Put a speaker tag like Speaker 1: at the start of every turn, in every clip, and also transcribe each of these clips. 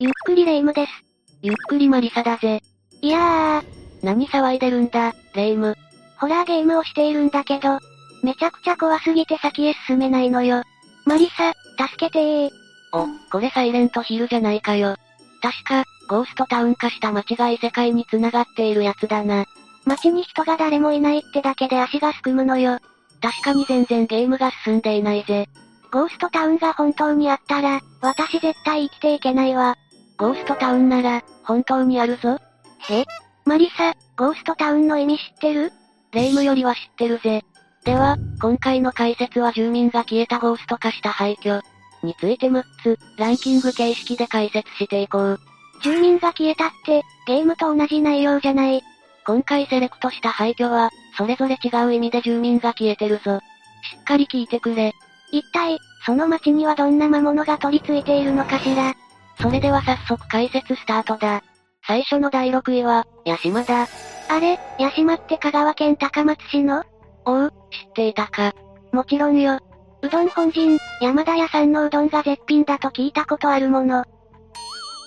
Speaker 1: ゆっくりレ夢ムです。
Speaker 2: ゆっくりマリサだぜ。
Speaker 1: いやー、
Speaker 2: 何騒いでるんだ、レ夢ム。
Speaker 1: ホラーゲームをしているんだけど、めちゃくちゃ怖すぎて先へ進めないのよ。マリサ、助けてー。
Speaker 2: お、これサイレントヒルじゃないかよ。確か、ゴーストタウン化した間違い世界に繋がっているやつだな。
Speaker 1: 街に人が誰もいないってだけで足がすくむのよ。
Speaker 2: 確かに全然ゲームが進んでいないぜ。
Speaker 1: ゴーストタウンが本当にあったら、私絶対生きていけないわ。
Speaker 2: ゴーストタウンなら、本当にあるぞ。
Speaker 1: えマリサ、ゴーストタウンの意味知ってる
Speaker 2: レ夢ムよりは知ってるぜ。では、今回の解説は住民が消えたゴースト化した廃墟について6つ、ランキング形式で解説していこう。
Speaker 1: 住民が消えたって、ゲームと同じ内容じゃない。
Speaker 2: 今回セレクトした廃墟は、それぞれ違う意味で住民が消えてるぞ。しっかり聞いてくれ。
Speaker 1: 一体、その街にはどんな魔物が取り付いているのかしら。
Speaker 2: それでは早速解説スタートだ。最初の第6位は、八島だ。
Speaker 1: あれ、八島って香川県高松市の
Speaker 2: おう、知っていたか。
Speaker 1: もちろんよ。うどん本陣、山田屋さんのうどんが絶品だと聞いたことあるもの。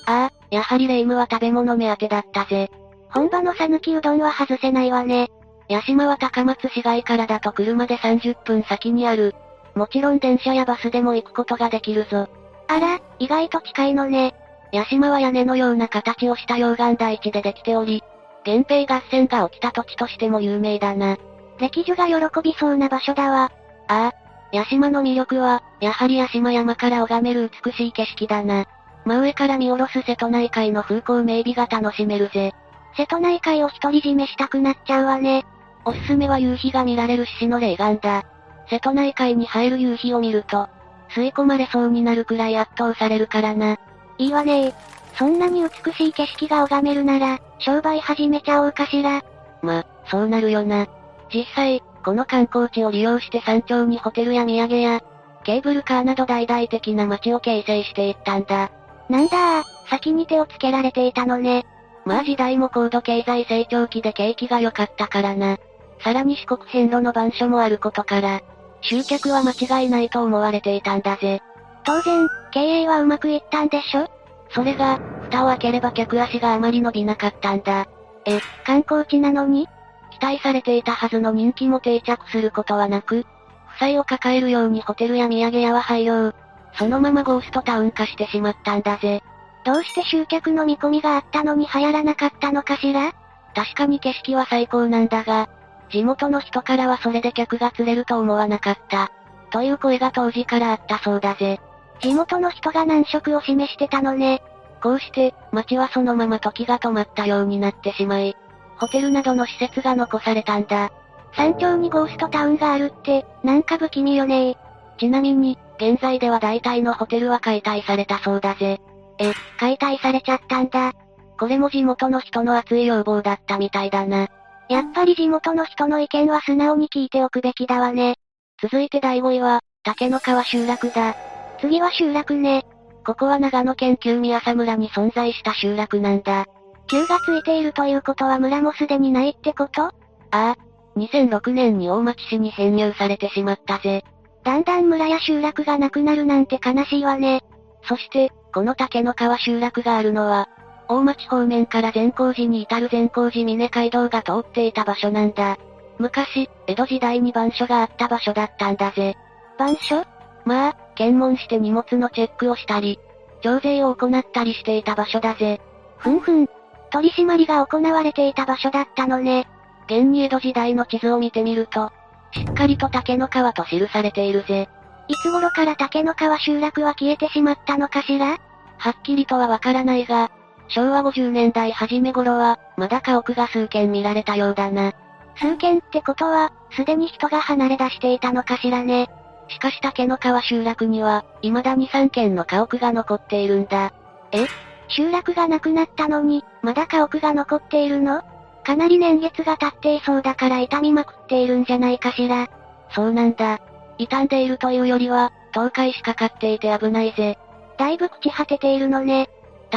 Speaker 2: ああ、やはりレイムは食べ物目当てだったぜ。
Speaker 1: 本場の讃岐うどんは外せないわね。
Speaker 2: 八島は高松市街からだと車で30分先にある。もちろん電車やバスでも行くことができるぞ。
Speaker 1: あら、意外と近いのね。
Speaker 2: 八島は屋根のような形をした溶岩台地でできており、源平合戦が起きた土地としても有名だな。
Speaker 1: 歴女が喜びそうな場所だわ。
Speaker 2: ああ、八島の魅力は、やはり八島山から拝める美しい景色だな。真上から見下ろす瀬戸内海の風光明媚が楽しめるぜ。
Speaker 1: 瀬戸内海を独り占めしたくなっちゃうわね。
Speaker 2: おすすめは夕日が見られる獅子の霊岩だ。瀬戸内海に入る夕日を見ると、吸い込まれそうになるくらい圧倒されるからな。
Speaker 1: いいわねー。そんなに美しい景色が拝めるなら、商売始めちゃおうかしら。
Speaker 2: ま、そうなるよな。実際、この観光地を利用して山頂にホテルや土産や、ケーブルカーなど大々的な街を形成していったんだ。
Speaker 1: なんだー、先に手をつけられていたのね。
Speaker 2: まあ時代も高度経済成長期で景気が良かったからな。さらに四国遍路の番所もあることから、集客は間違いないと思われていたんだぜ。
Speaker 1: 当然、経営はうまくいったんでしょ
Speaker 2: それが、蓋を開ければ客足があまり伸びなかったんだ。
Speaker 1: 観光地なのに
Speaker 2: 期待されていたはずの人気も定着することはなく、負債を抱えるようにホテルや土産屋は廃業。そのままゴーストタウン化してしまったんだぜ。
Speaker 1: どうして集客の見込みがあったのに流行らなかったのかしら
Speaker 2: 確かに景色は最高なんだが、地元の人からはそれで客が釣れると思わなかった。という声が当時からあったそうだぜ。
Speaker 1: 地元の人が難色を示してたのね。
Speaker 2: こうして、町はそのまま時が止まったようになってしまい、ホテルなどの施設が残されたんだ。
Speaker 1: 山頂にゴーストタウンがあるって、なんか不気味よねー。
Speaker 2: ちなみに、現在では大体のホテルは解体されたそうだぜ。
Speaker 1: え、解体されちゃったんだ。
Speaker 2: これも地元の人の熱い要望だったみたいだな。
Speaker 1: やっぱり地元の人の意見は素直に聞いておくべきだわね。
Speaker 2: 続いて第5位は、竹の川集落だ。
Speaker 1: 次は集落ね。
Speaker 2: ここは長野県旧宮佐村に存在した集落なんだ。
Speaker 1: 球がついているということは村もすでにないってこと
Speaker 2: ああ、2006年に大町市に編入されてしまったぜ。
Speaker 1: だんだん村や集落がなくなるなんて悲しいわね。
Speaker 2: そして、この竹の川集落があるのは、大町方面から善光寺に至る善光寺峰街道が通っていた場所なんだ。昔、江戸時代に番所があった場所だったんだぜ。
Speaker 1: 番所
Speaker 2: まあ、検問して荷物のチェックをしたり、徴税を行ったりしていた場所だぜ。
Speaker 1: ふんふん。取り締まりが行われていた場所だったのね。
Speaker 2: 現に江戸時代の地図を見てみると、しっかりと竹の川と記されているぜ。
Speaker 1: いつ頃から竹の川集落は消えてしまったのかしら
Speaker 2: はっきりとはわからないが、昭和50年代初め頃は、まだ家屋が数軒見られたようだな。
Speaker 1: 数件ってことは、すでに人が離れ出していたのかしらね。
Speaker 2: しかし竹の川集落には、未だに3軒の家屋が残っているんだ。
Speaker 1: 集落がなくなったのに、まだ家屋が残っているのかなり年月が経っていそうだから傷みまくっているんじゃないかしら。
Speaker 2: そうなんだ。傷んでいるというよりは、倒壊しかかっていて危ないぜ。
Speaker 1: だいぶ朽ち果てているのね。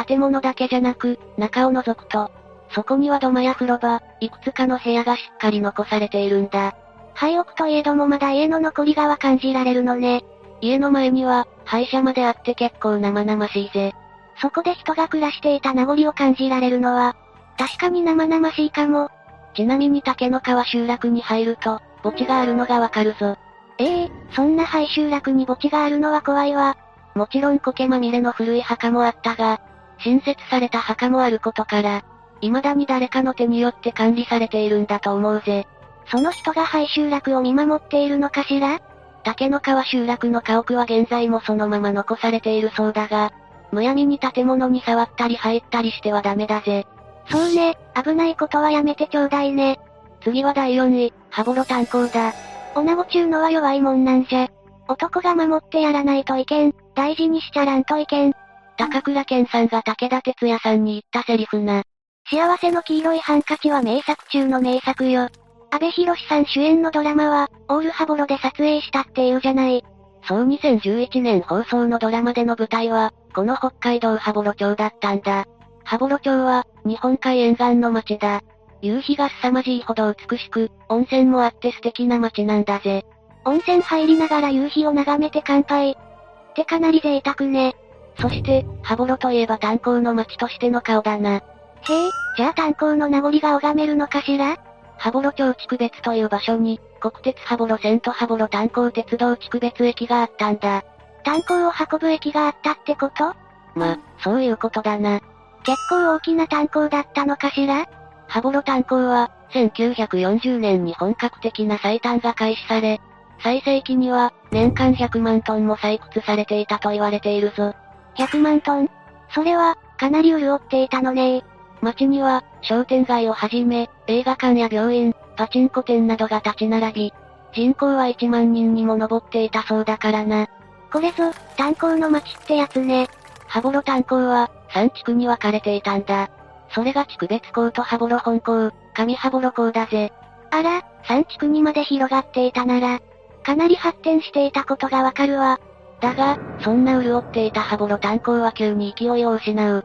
Speaker 2: 建物だけじゃなく、中を覗くと、そこには土間や風呂場、いくつかの部屋がしっかり残されているんだ。
Speaker 1: 廃屋といえどもまだ家の残りがは感じられるのね。
Speaker 2: 家の前には、廃車まであって結構生々しいぜ。
Speaker 1: そこで人が暮らしていた名残を感じられるのは、確かに生々しいかも。
Speaker 2: ちなみに竹の川集落に入ると、墓地があるのがわかるぞ。
Speaker 1: ええそんな廃集落に墓地があるのは怖いわ。
Speaker 2: もちろん苔まみれの古い墓もあったが、新設された墓もあることから、未だに誰かの手によって管理されているんだと思うぜ。
Speaker 1: その人が廃集落を見守っているのかしら
Speaker 2: 竹の川集落の家屋は現在もそのまま残されているそうだが、むやみに建物に触ったり入ったりしてはダメだぜ。
Speaker 1: そうね、危ないことはやめてちょうだいね。
Speaker 2: 次は第4位、羽幌炭鉱だ。
Speaker 1: 女子中のは弱いもんなんじゃ。男が守ってやらないといけん。大事にしちゃらんといけん。
Speaker 2: 高倉健さんが武田鉄矢さんに言ったセリフな。
Speaker 1: 幸せの黄色いハンカチは名作中の名作よ。安部博さん主演のドラマは、オールハボロで撮影したっていうじゃない。
Speaker 2: そう2011年放送のドラマでの舞台は、この北海道羽幌町だったんだ。羽幌町は、日本海沿岸の町だ。夕日が凄まじいほど美しく、温泉もあって素敵な町なんだぜ。
Speaker 1: 温泉入りながら夕日を眺めて乾杯。ってかなり贅沢ね。
Speaker 2: そして、羽幌といえば炭鉱の町としての顔だな。
Speaker 1: へえ、じゃあ炭鉱の名残が拝めるのかしら
Speaker 2: 羽幌町地区別という場所に、国鉄羽幌線と羽幌炭鉱鉄道地区別駅があったんだ。
Speaker 1: 炭鉱を運ぶ駅があったってこと
Speaker 2: ま、そういうことだな。
Speaker 1: 結構大きな炭鉱だったのかしら
Speaker 2: 羽幌炭鉱は、1940年に本格的な採炭が開始され、最盛期には、年間100万トンも採掘されていたと言われているぞ。
Speaker 1: ?100 万トンそれは、かなり潤っていたのね
Speaker 2: 町には、商店街をはじめ、映画館や病院、パチンコ店などが立ち並び、人口は1万人にも上っていたそうだからな。
Speaker 1: これぞ、炭鉱の町ってやつね。
Speaker 2: 羽幌炭鉱は、3地区に分かれていたんだ。それが地区別港と羽幌本港、上羽幌港だぜ。
Speaker 1: あら、山地区にまで広がっていたなら、かなり発展していたことがわかるわ。
Speaker 2: だが、そんな潤っていた羽幌炭鉱は急に勢いを失う。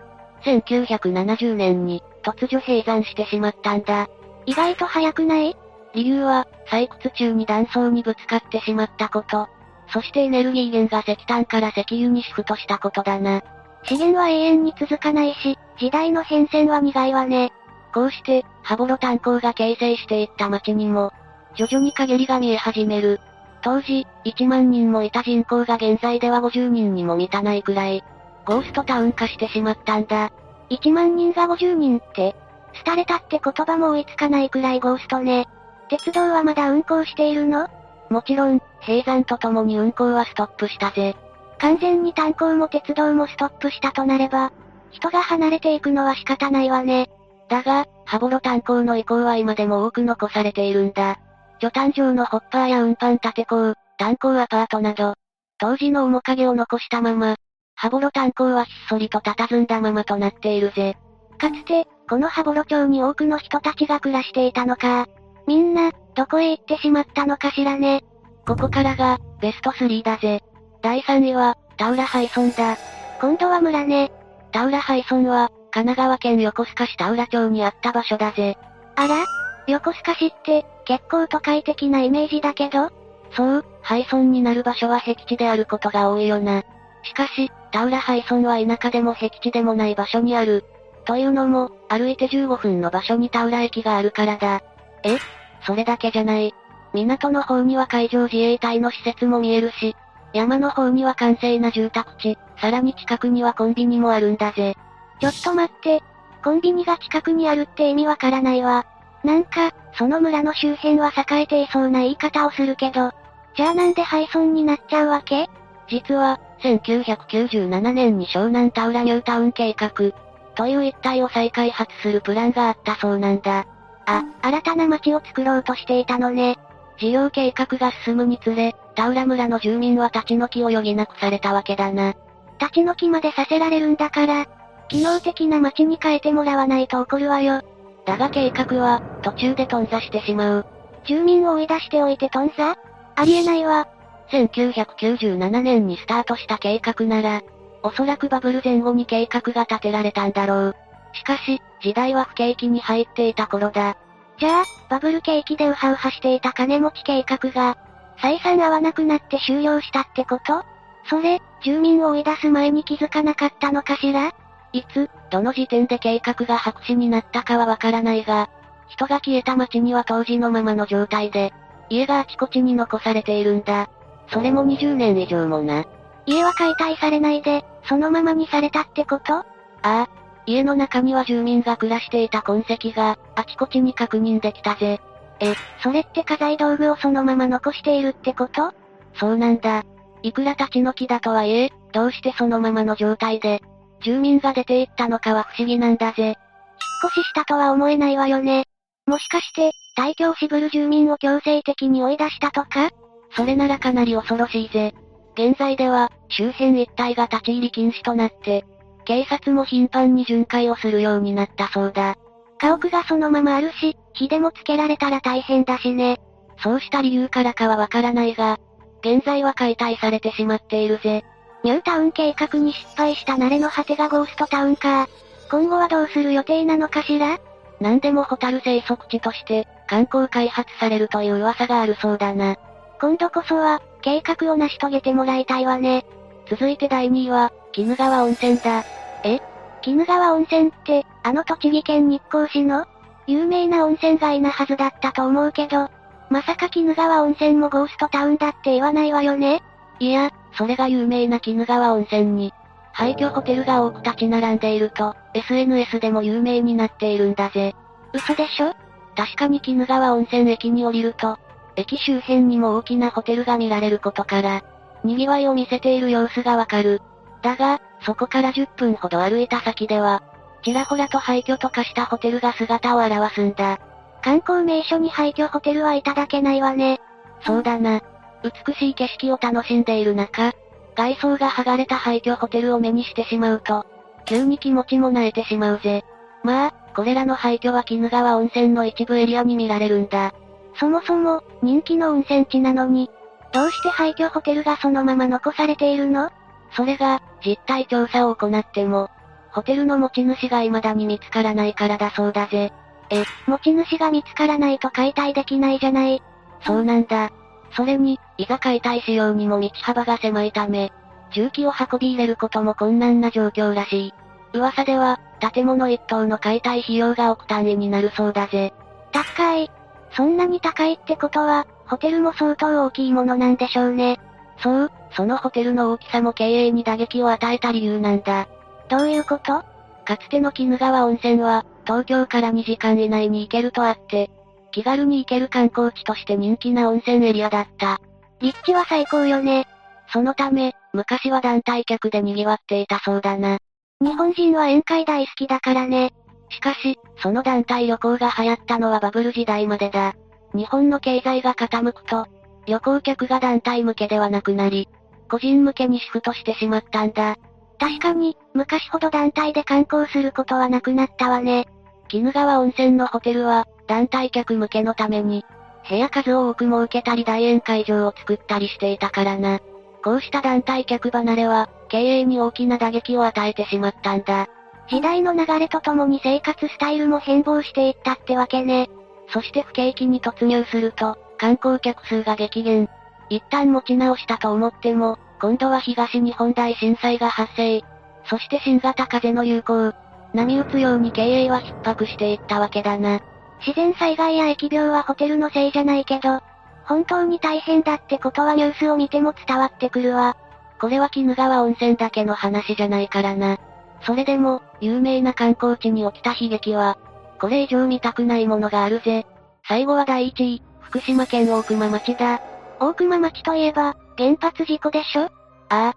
Speaker 2: 1970年に、突如閉山してしまったんだ。
Speaker 1: 意外と早くない
Speaker 2: 理由は、採掘中に断層にぶつかってしまったこと。そしてエネルギー源が石炭から石油にシフトしたことだな。
Speaker 1: 資源は永遠に続かないし、時代の変遷は苦いわね。
Speaker 2: こうして、羽幌炭鉱が形成していった町にも、徐々に陰りが見え始める。当時、1万人もいた人口が現在では50人にも満たないくらい、ゴーストタウン化してしまったんだ。
Speaker 1: 1万人が50人って、廃れたって言葉も追いつかないくらいゴーストね。鉄道はまだ運行しているの
Speaker 2: もちろん、閉山とともに運行はストップしたぜ。
Speaker 1: 完全に炭鉱も鉄道もストップしたとなれば、人が離れていくのは仕方ないわね。
Speaker 2: だが、羽幌炭鉱の遺構は今でも多く残されているんだ。巨炭場のホッパーや運搬建て工、炭鉱アパートなど、当時の面影を残したまま、羽幌炭鉱はひっそりと佇んだままとなっているぜ。
Speaker 1: かつて、この羽幌町に多くの人たちが暮らしていたのか。みんな、どこへ行ってしまったのかしらね。
Speaker 2: ここからが、ベスト3だぜ。第3位は、田浦ハイソンだ。
Speaker 1: 今度は村ね。
Speaker 2: 田浦ハイソンは、神奈川県横須賀市田浦町にあった場所だぜ。
Speaker 1: あら横須賀市って、結構都会的なイメージだけど、
Speaker 2: そう、廃村になる場所は僻地であることが多いよな。しかし、田浦廃村は田舎でも僻地でもない場所にある。というのも、歩いて15分の場所に田浦駅があるからだ。えそれだけじゃない。港の方には海上自衛隊の施設も見えるし、山の方には閑静な住宅地、さらに近くにはコンビニもあるんだぜ。
Speaker 1: ちょっと待って。コンビニが近くにあるって意味わからないわ。なんか、その村の周辺は栄えていそうな言い方をするけど、じゃあなんで廃村になっちゃうわけ
Speaker 2: 実は、1997年に湘南タウラニュータウン計画、という一帯を再開発するプランがあったそうなんだ。
Speaker 1: あ、新たな町を作ろうとしていたのね。
Speaker 2: 事業計画が進むにつれ、田浦村の住民は立ち退きを余儀なくされたわけだな。
Speaker 1: 立ち退きまでさせられるんだから、機能的な町に変えてもらわないと怒るわよ。
Speaker 2: だが計画は、途中で頓挫してしまう。
Speaker 1: 住民を追い出しておいて頓挫ありえないわ。
Speaker 2: 1997年にスタートした計画なら、おそらくバブル前後に計画が立てられたんだろう。しかし、時代は不景気に入っていた頃だ。
Speaker 1: じゃあ、バブル景気でウハウハしていた金持ち計画が、採算合わなくなって終了したってことそれ、住民を追い出す前に気づかなかったのかしら
Speaker 2: いつ、どの時点で計画が白紙になったかはわからないが、人が消えた町には当時のままの状態で、家があちこちに残されているんだ。それも20年以上もな。
Speaker 1: 家は解体されないで、そのままにされたってこと
Speaker 2: ああ、家の中には住民が暮らしていた痕跡が、あちこちに確認できたぜ。
Speaker 1: え、それって家財道具をそのまま残しているってこと
Speaker 2: そうなんだ。いくら立ち退きだとはいえ、どうしてそのままの状態で、住民が出て行ったのかは不思議なんだぜ。
Speaker 1: 引っ越ししたとは思えないわよね。もしかして、大京渋る住民を強制的に追い出したとか
Speaker 2: それならかなり恐ろしいぜ。現在では、周辺一帯が立ち入り禁止となって、警察も頻繁に巡回をするようになったそうだ。
Speaker 1: 家屋がそのままあるし、火でもつけられたら大変だしね。
Speaker 2: そうした理由からかはわからないが、現在は解体されてしまっているぜ。
Speaker 1: ニュータウン計画に失敗した慣れの果てがゴーストタウンか。今後はどうする予定なのかしら
Speaker 2: 何でもホタル生息地として、観光開発されるという噂があるそうだな。
Speaker 1: 今度こそは、計画を成し遂げてもらいたいわね。
Speaker 2: 続いて第2位は、鬼怒川温泉だ。
Speaker 1: え鬼怒川温泉って、あの栃木県日光市の有名な温泉街なはずだったと思うけど、まさか鬼怒川温泉もゴーストタウンだって言わないわよね
Speaker 2: いや、それが有名な鬼怒川温泉に、廃墟ホテルが多く立ち並んでいると、SNS でも有名になっているんだぜ。
Speaker 1: 嘘でしょ
Speaker 2: 確かに鬼怒川温泉駅に降りると、駅周辺にも大きなホテルが見られることから、賑わいを見せている様子がわかる。だが、そこから10分ほど歩いた先では、ちらほらと廃墟と化したホテルが姿を現すんだ。
Speaker 1: 観光名所に廃墟ホテルはいただけないわね。
Speaker 2: そうだな。美しい景色を楽しんでいる中、外装が剥がれた廃墟ホテルを目にしてしまうと、急に気持ちも萎えてしまうぜ。まあ、これらの廃墟は鬼怒川温泉の一部エリアに見られるんだ。
Speaker 1: そもそも、人気の温泉地なのに、どうして廃墟ホテルがそのまま残されているの
Speaker 2: それが、実態調査を行っても、ホテルの持ち主が未だに見つからないからだそうだぜ。
Speaker 1: え、持ち主が見つからないと解体できないじゃない。
Speaker 2: そうなんだ。それに、いざ解体しようにも道幅が狭いため、重機を運び入れることも困難な状況らしい。噂では、建物一棟の解体費用が億単位になるそうだぜ。
Speaker 1: 高い。そんなに高いってことは、ホテルも相当大きいものなんでしょうね。
Speaker 2: そう、そのホテルの大きさも経営に打撃を与えた理由なんだ。
Speaker 1: どういうこと
Speaker 2: かつての鬼怒川温泉は、東京から2時間以内に行けるとあって、気軽に行ける観光地として人気な温泉エリアだった。
Speaker 1: 立地は最高よね。
Speaker 2: そのため、昔は団体客で賑わっていたそうだな。
Speaker 1: 日本人は宴会大好きだからね。
Speaker 2: しかし、その団体旅行が流行ったのはバブル時代までだ。日本の経済が傾くと、旅行客が団体向けではなくなり、個人向けにシフトしてしまったんだ。
Speaker 1: 確かに、昔ほど団体で観光することはなくなったわね。
Speaker 2: 鬼怒川温泉のホテルは、団体客向けのために、部屋数を多く設けたり大宴会場を作ったりしていたからな。こうした団体客離れは、経営に大きな打撃を与えてしまったんだ。
Speaker 1: 時代の流れとともに生活スタイルも変貌していったってわけね。
Speaker 2: そして不景気に突入すると、観光客数が激減。一旦持ち直したと思っても、今度は東日本大震災が発生。そして新型風の流行。波打つように経営は逼迫していったわけだな。
Speaker 1: 自然災害や疫病はホテルのせいじゃないけど、本当に大変だってことはニュースを見ても伝わってくるわ。
Speaker 2: これは鬼怒川温泉だけの話じゃないからな。それでも、有名な観光地に起きた悲劇は、これ以上見たくないものがあるぜ。最後は第1位、福島県大熊町だ。
Speaker 1: 大熊町といえば、原発事故でしょ
Speaker 2: ああ。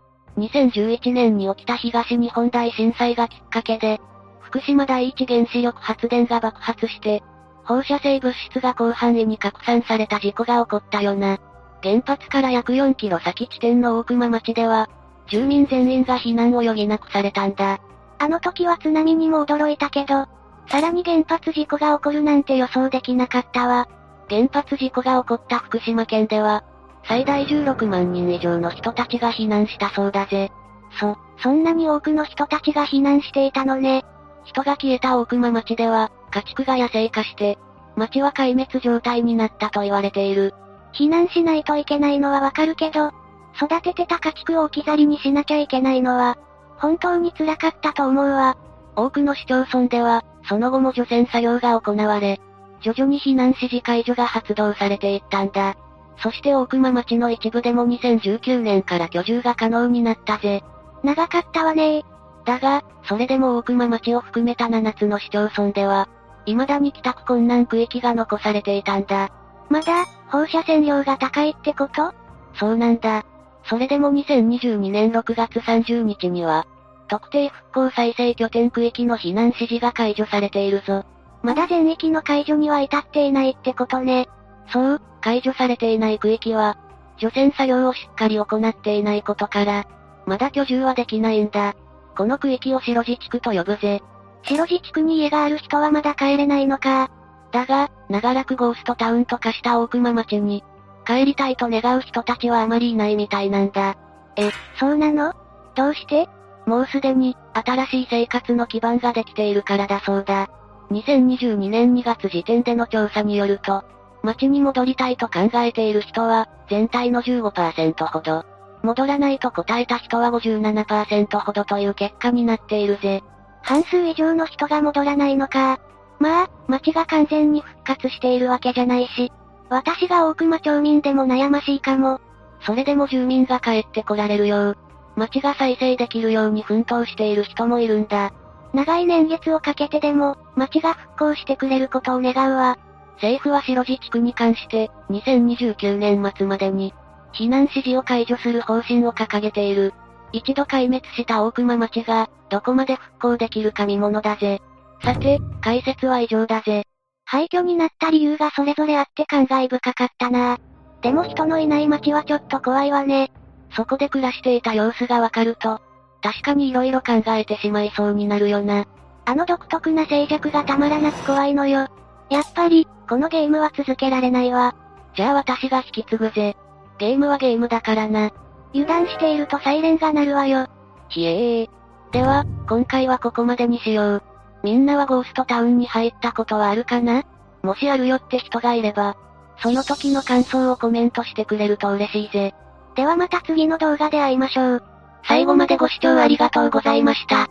Speaker 2: 2011年に起きた東日本大震災がきっかけで、福島第一原子力発電が爆発して、放射性物質が広範囲に拡散された事故が起こったよな。原発から約4キロ先地点の大熊町では、住民全員が避難を余儀なくされたんだ。
Speaker 1: あの時は津波にも驚いたけど、さらに原発事故が起こるなんて予想できなかったわ。
Speaker 2: 原発事故が起こった福島県では、最大16万人以上の人たちが避難したそうだぜ。
Speaker 1: そ、そんなに多くの人たちが避難していたのね。
Speaker 2: 人が消えた大熊町では、家畜が野生化して、町は壊滅状態になったと言われている。
Speaker 1: 避難しないといけないのはわかるけど、育ててた家畜を置き去りにしなきゃいけないのは、本当に辛かったと思うわ。
Speaker 2: 多くの市町村では、その後も除染作業が行われ、徐々に避難指示解除が発動されていったんだ。そして大熊町の一部でも2019年から居住が可能になったぜ。
Speaker 1: 長かったわねー。
Speaker 2: だが、それでも大熊町を含めた7つの市町村では、未だに帰宅困難区域が残されていたんだ。
Speaker 1: まだ、放射線量が高いってこと
Speaker 2: そうなんだ。それでも2022年6月30日には、特定復興再生拠点区域の避難指示が解除されているぞ。
Speaker 1: まだ全域の解除には至っていないってことね。
Speaker 2: そう、解除されていない区域は、除染作業をしっかり行っていないことから、まだ居住はできないんだ。この区域を白地地区と呼ぶぜ。
Speaker 1: 白地地区に家がある人はまだ帰れないのか。
Speaker 2: だが、長らくゴーストタウンと化した大熊町に、帰りたいと願う人たちはあまりいないみたいなんだ。
Speaker 1: え、そうなのどうして
Speaker 2: もうすでに、新しい生活の基盤ができているからだそうだ。2022年2月時点での調査によると、町に戻りたいと考えている人は、全体の15%ほど。戻らないと答えた人は57%ほどという結果になっているぜ。
Speaker 1: 半数以上の人が戻らないのか。まあ、町が完全に復活しているわけじゃないし、私が大熊町民でも悩ましいかも。
Speaker 2: それでも住民が帰ってこられるよう、町が再生できるように奮闘している人もいるんだ。
Speaker 1: 長い年月をかけてでも、町が復興してくれることを願うわ。
Speaker 2: 政府は白地地区に関して、2029年末までに、避難指示を解除する方針を掲げている。一度壊滅した大熊町が、どこまで復興できるか見ものだぜ。さて、解説は以上だぜ。
Speaker 1: 廃墟になった理由がそれぞれあって感慨深かったな。でも人のいない町はちょっと怖いわね。
Speaker 2: そこで暮らしていた様子がわかると、確かに色々考えてしまいそうになるよな。
Speaker 1: あの独特な静寂がたまらなく怖いのよ。やっぱり、このゲームは続けられないわ。
Speaker 2: じゃあ私が引き継ぐぜ。ゲームはゲームだからな。
Speaker 1: 油断しているとサイレンが鳴るわよ。
Speaker 2: ひえー。では、今回はここまでにしよう。みんなはゴーストタウンに入ったことはあるかなもしあるよって人がいれば、その時の感想をコメントしてくれると嬉しいぜ。
Speaker 1: ではまた次の動画で会いましょう。
Speaker 2: 最後までご視聴ありがとうございました。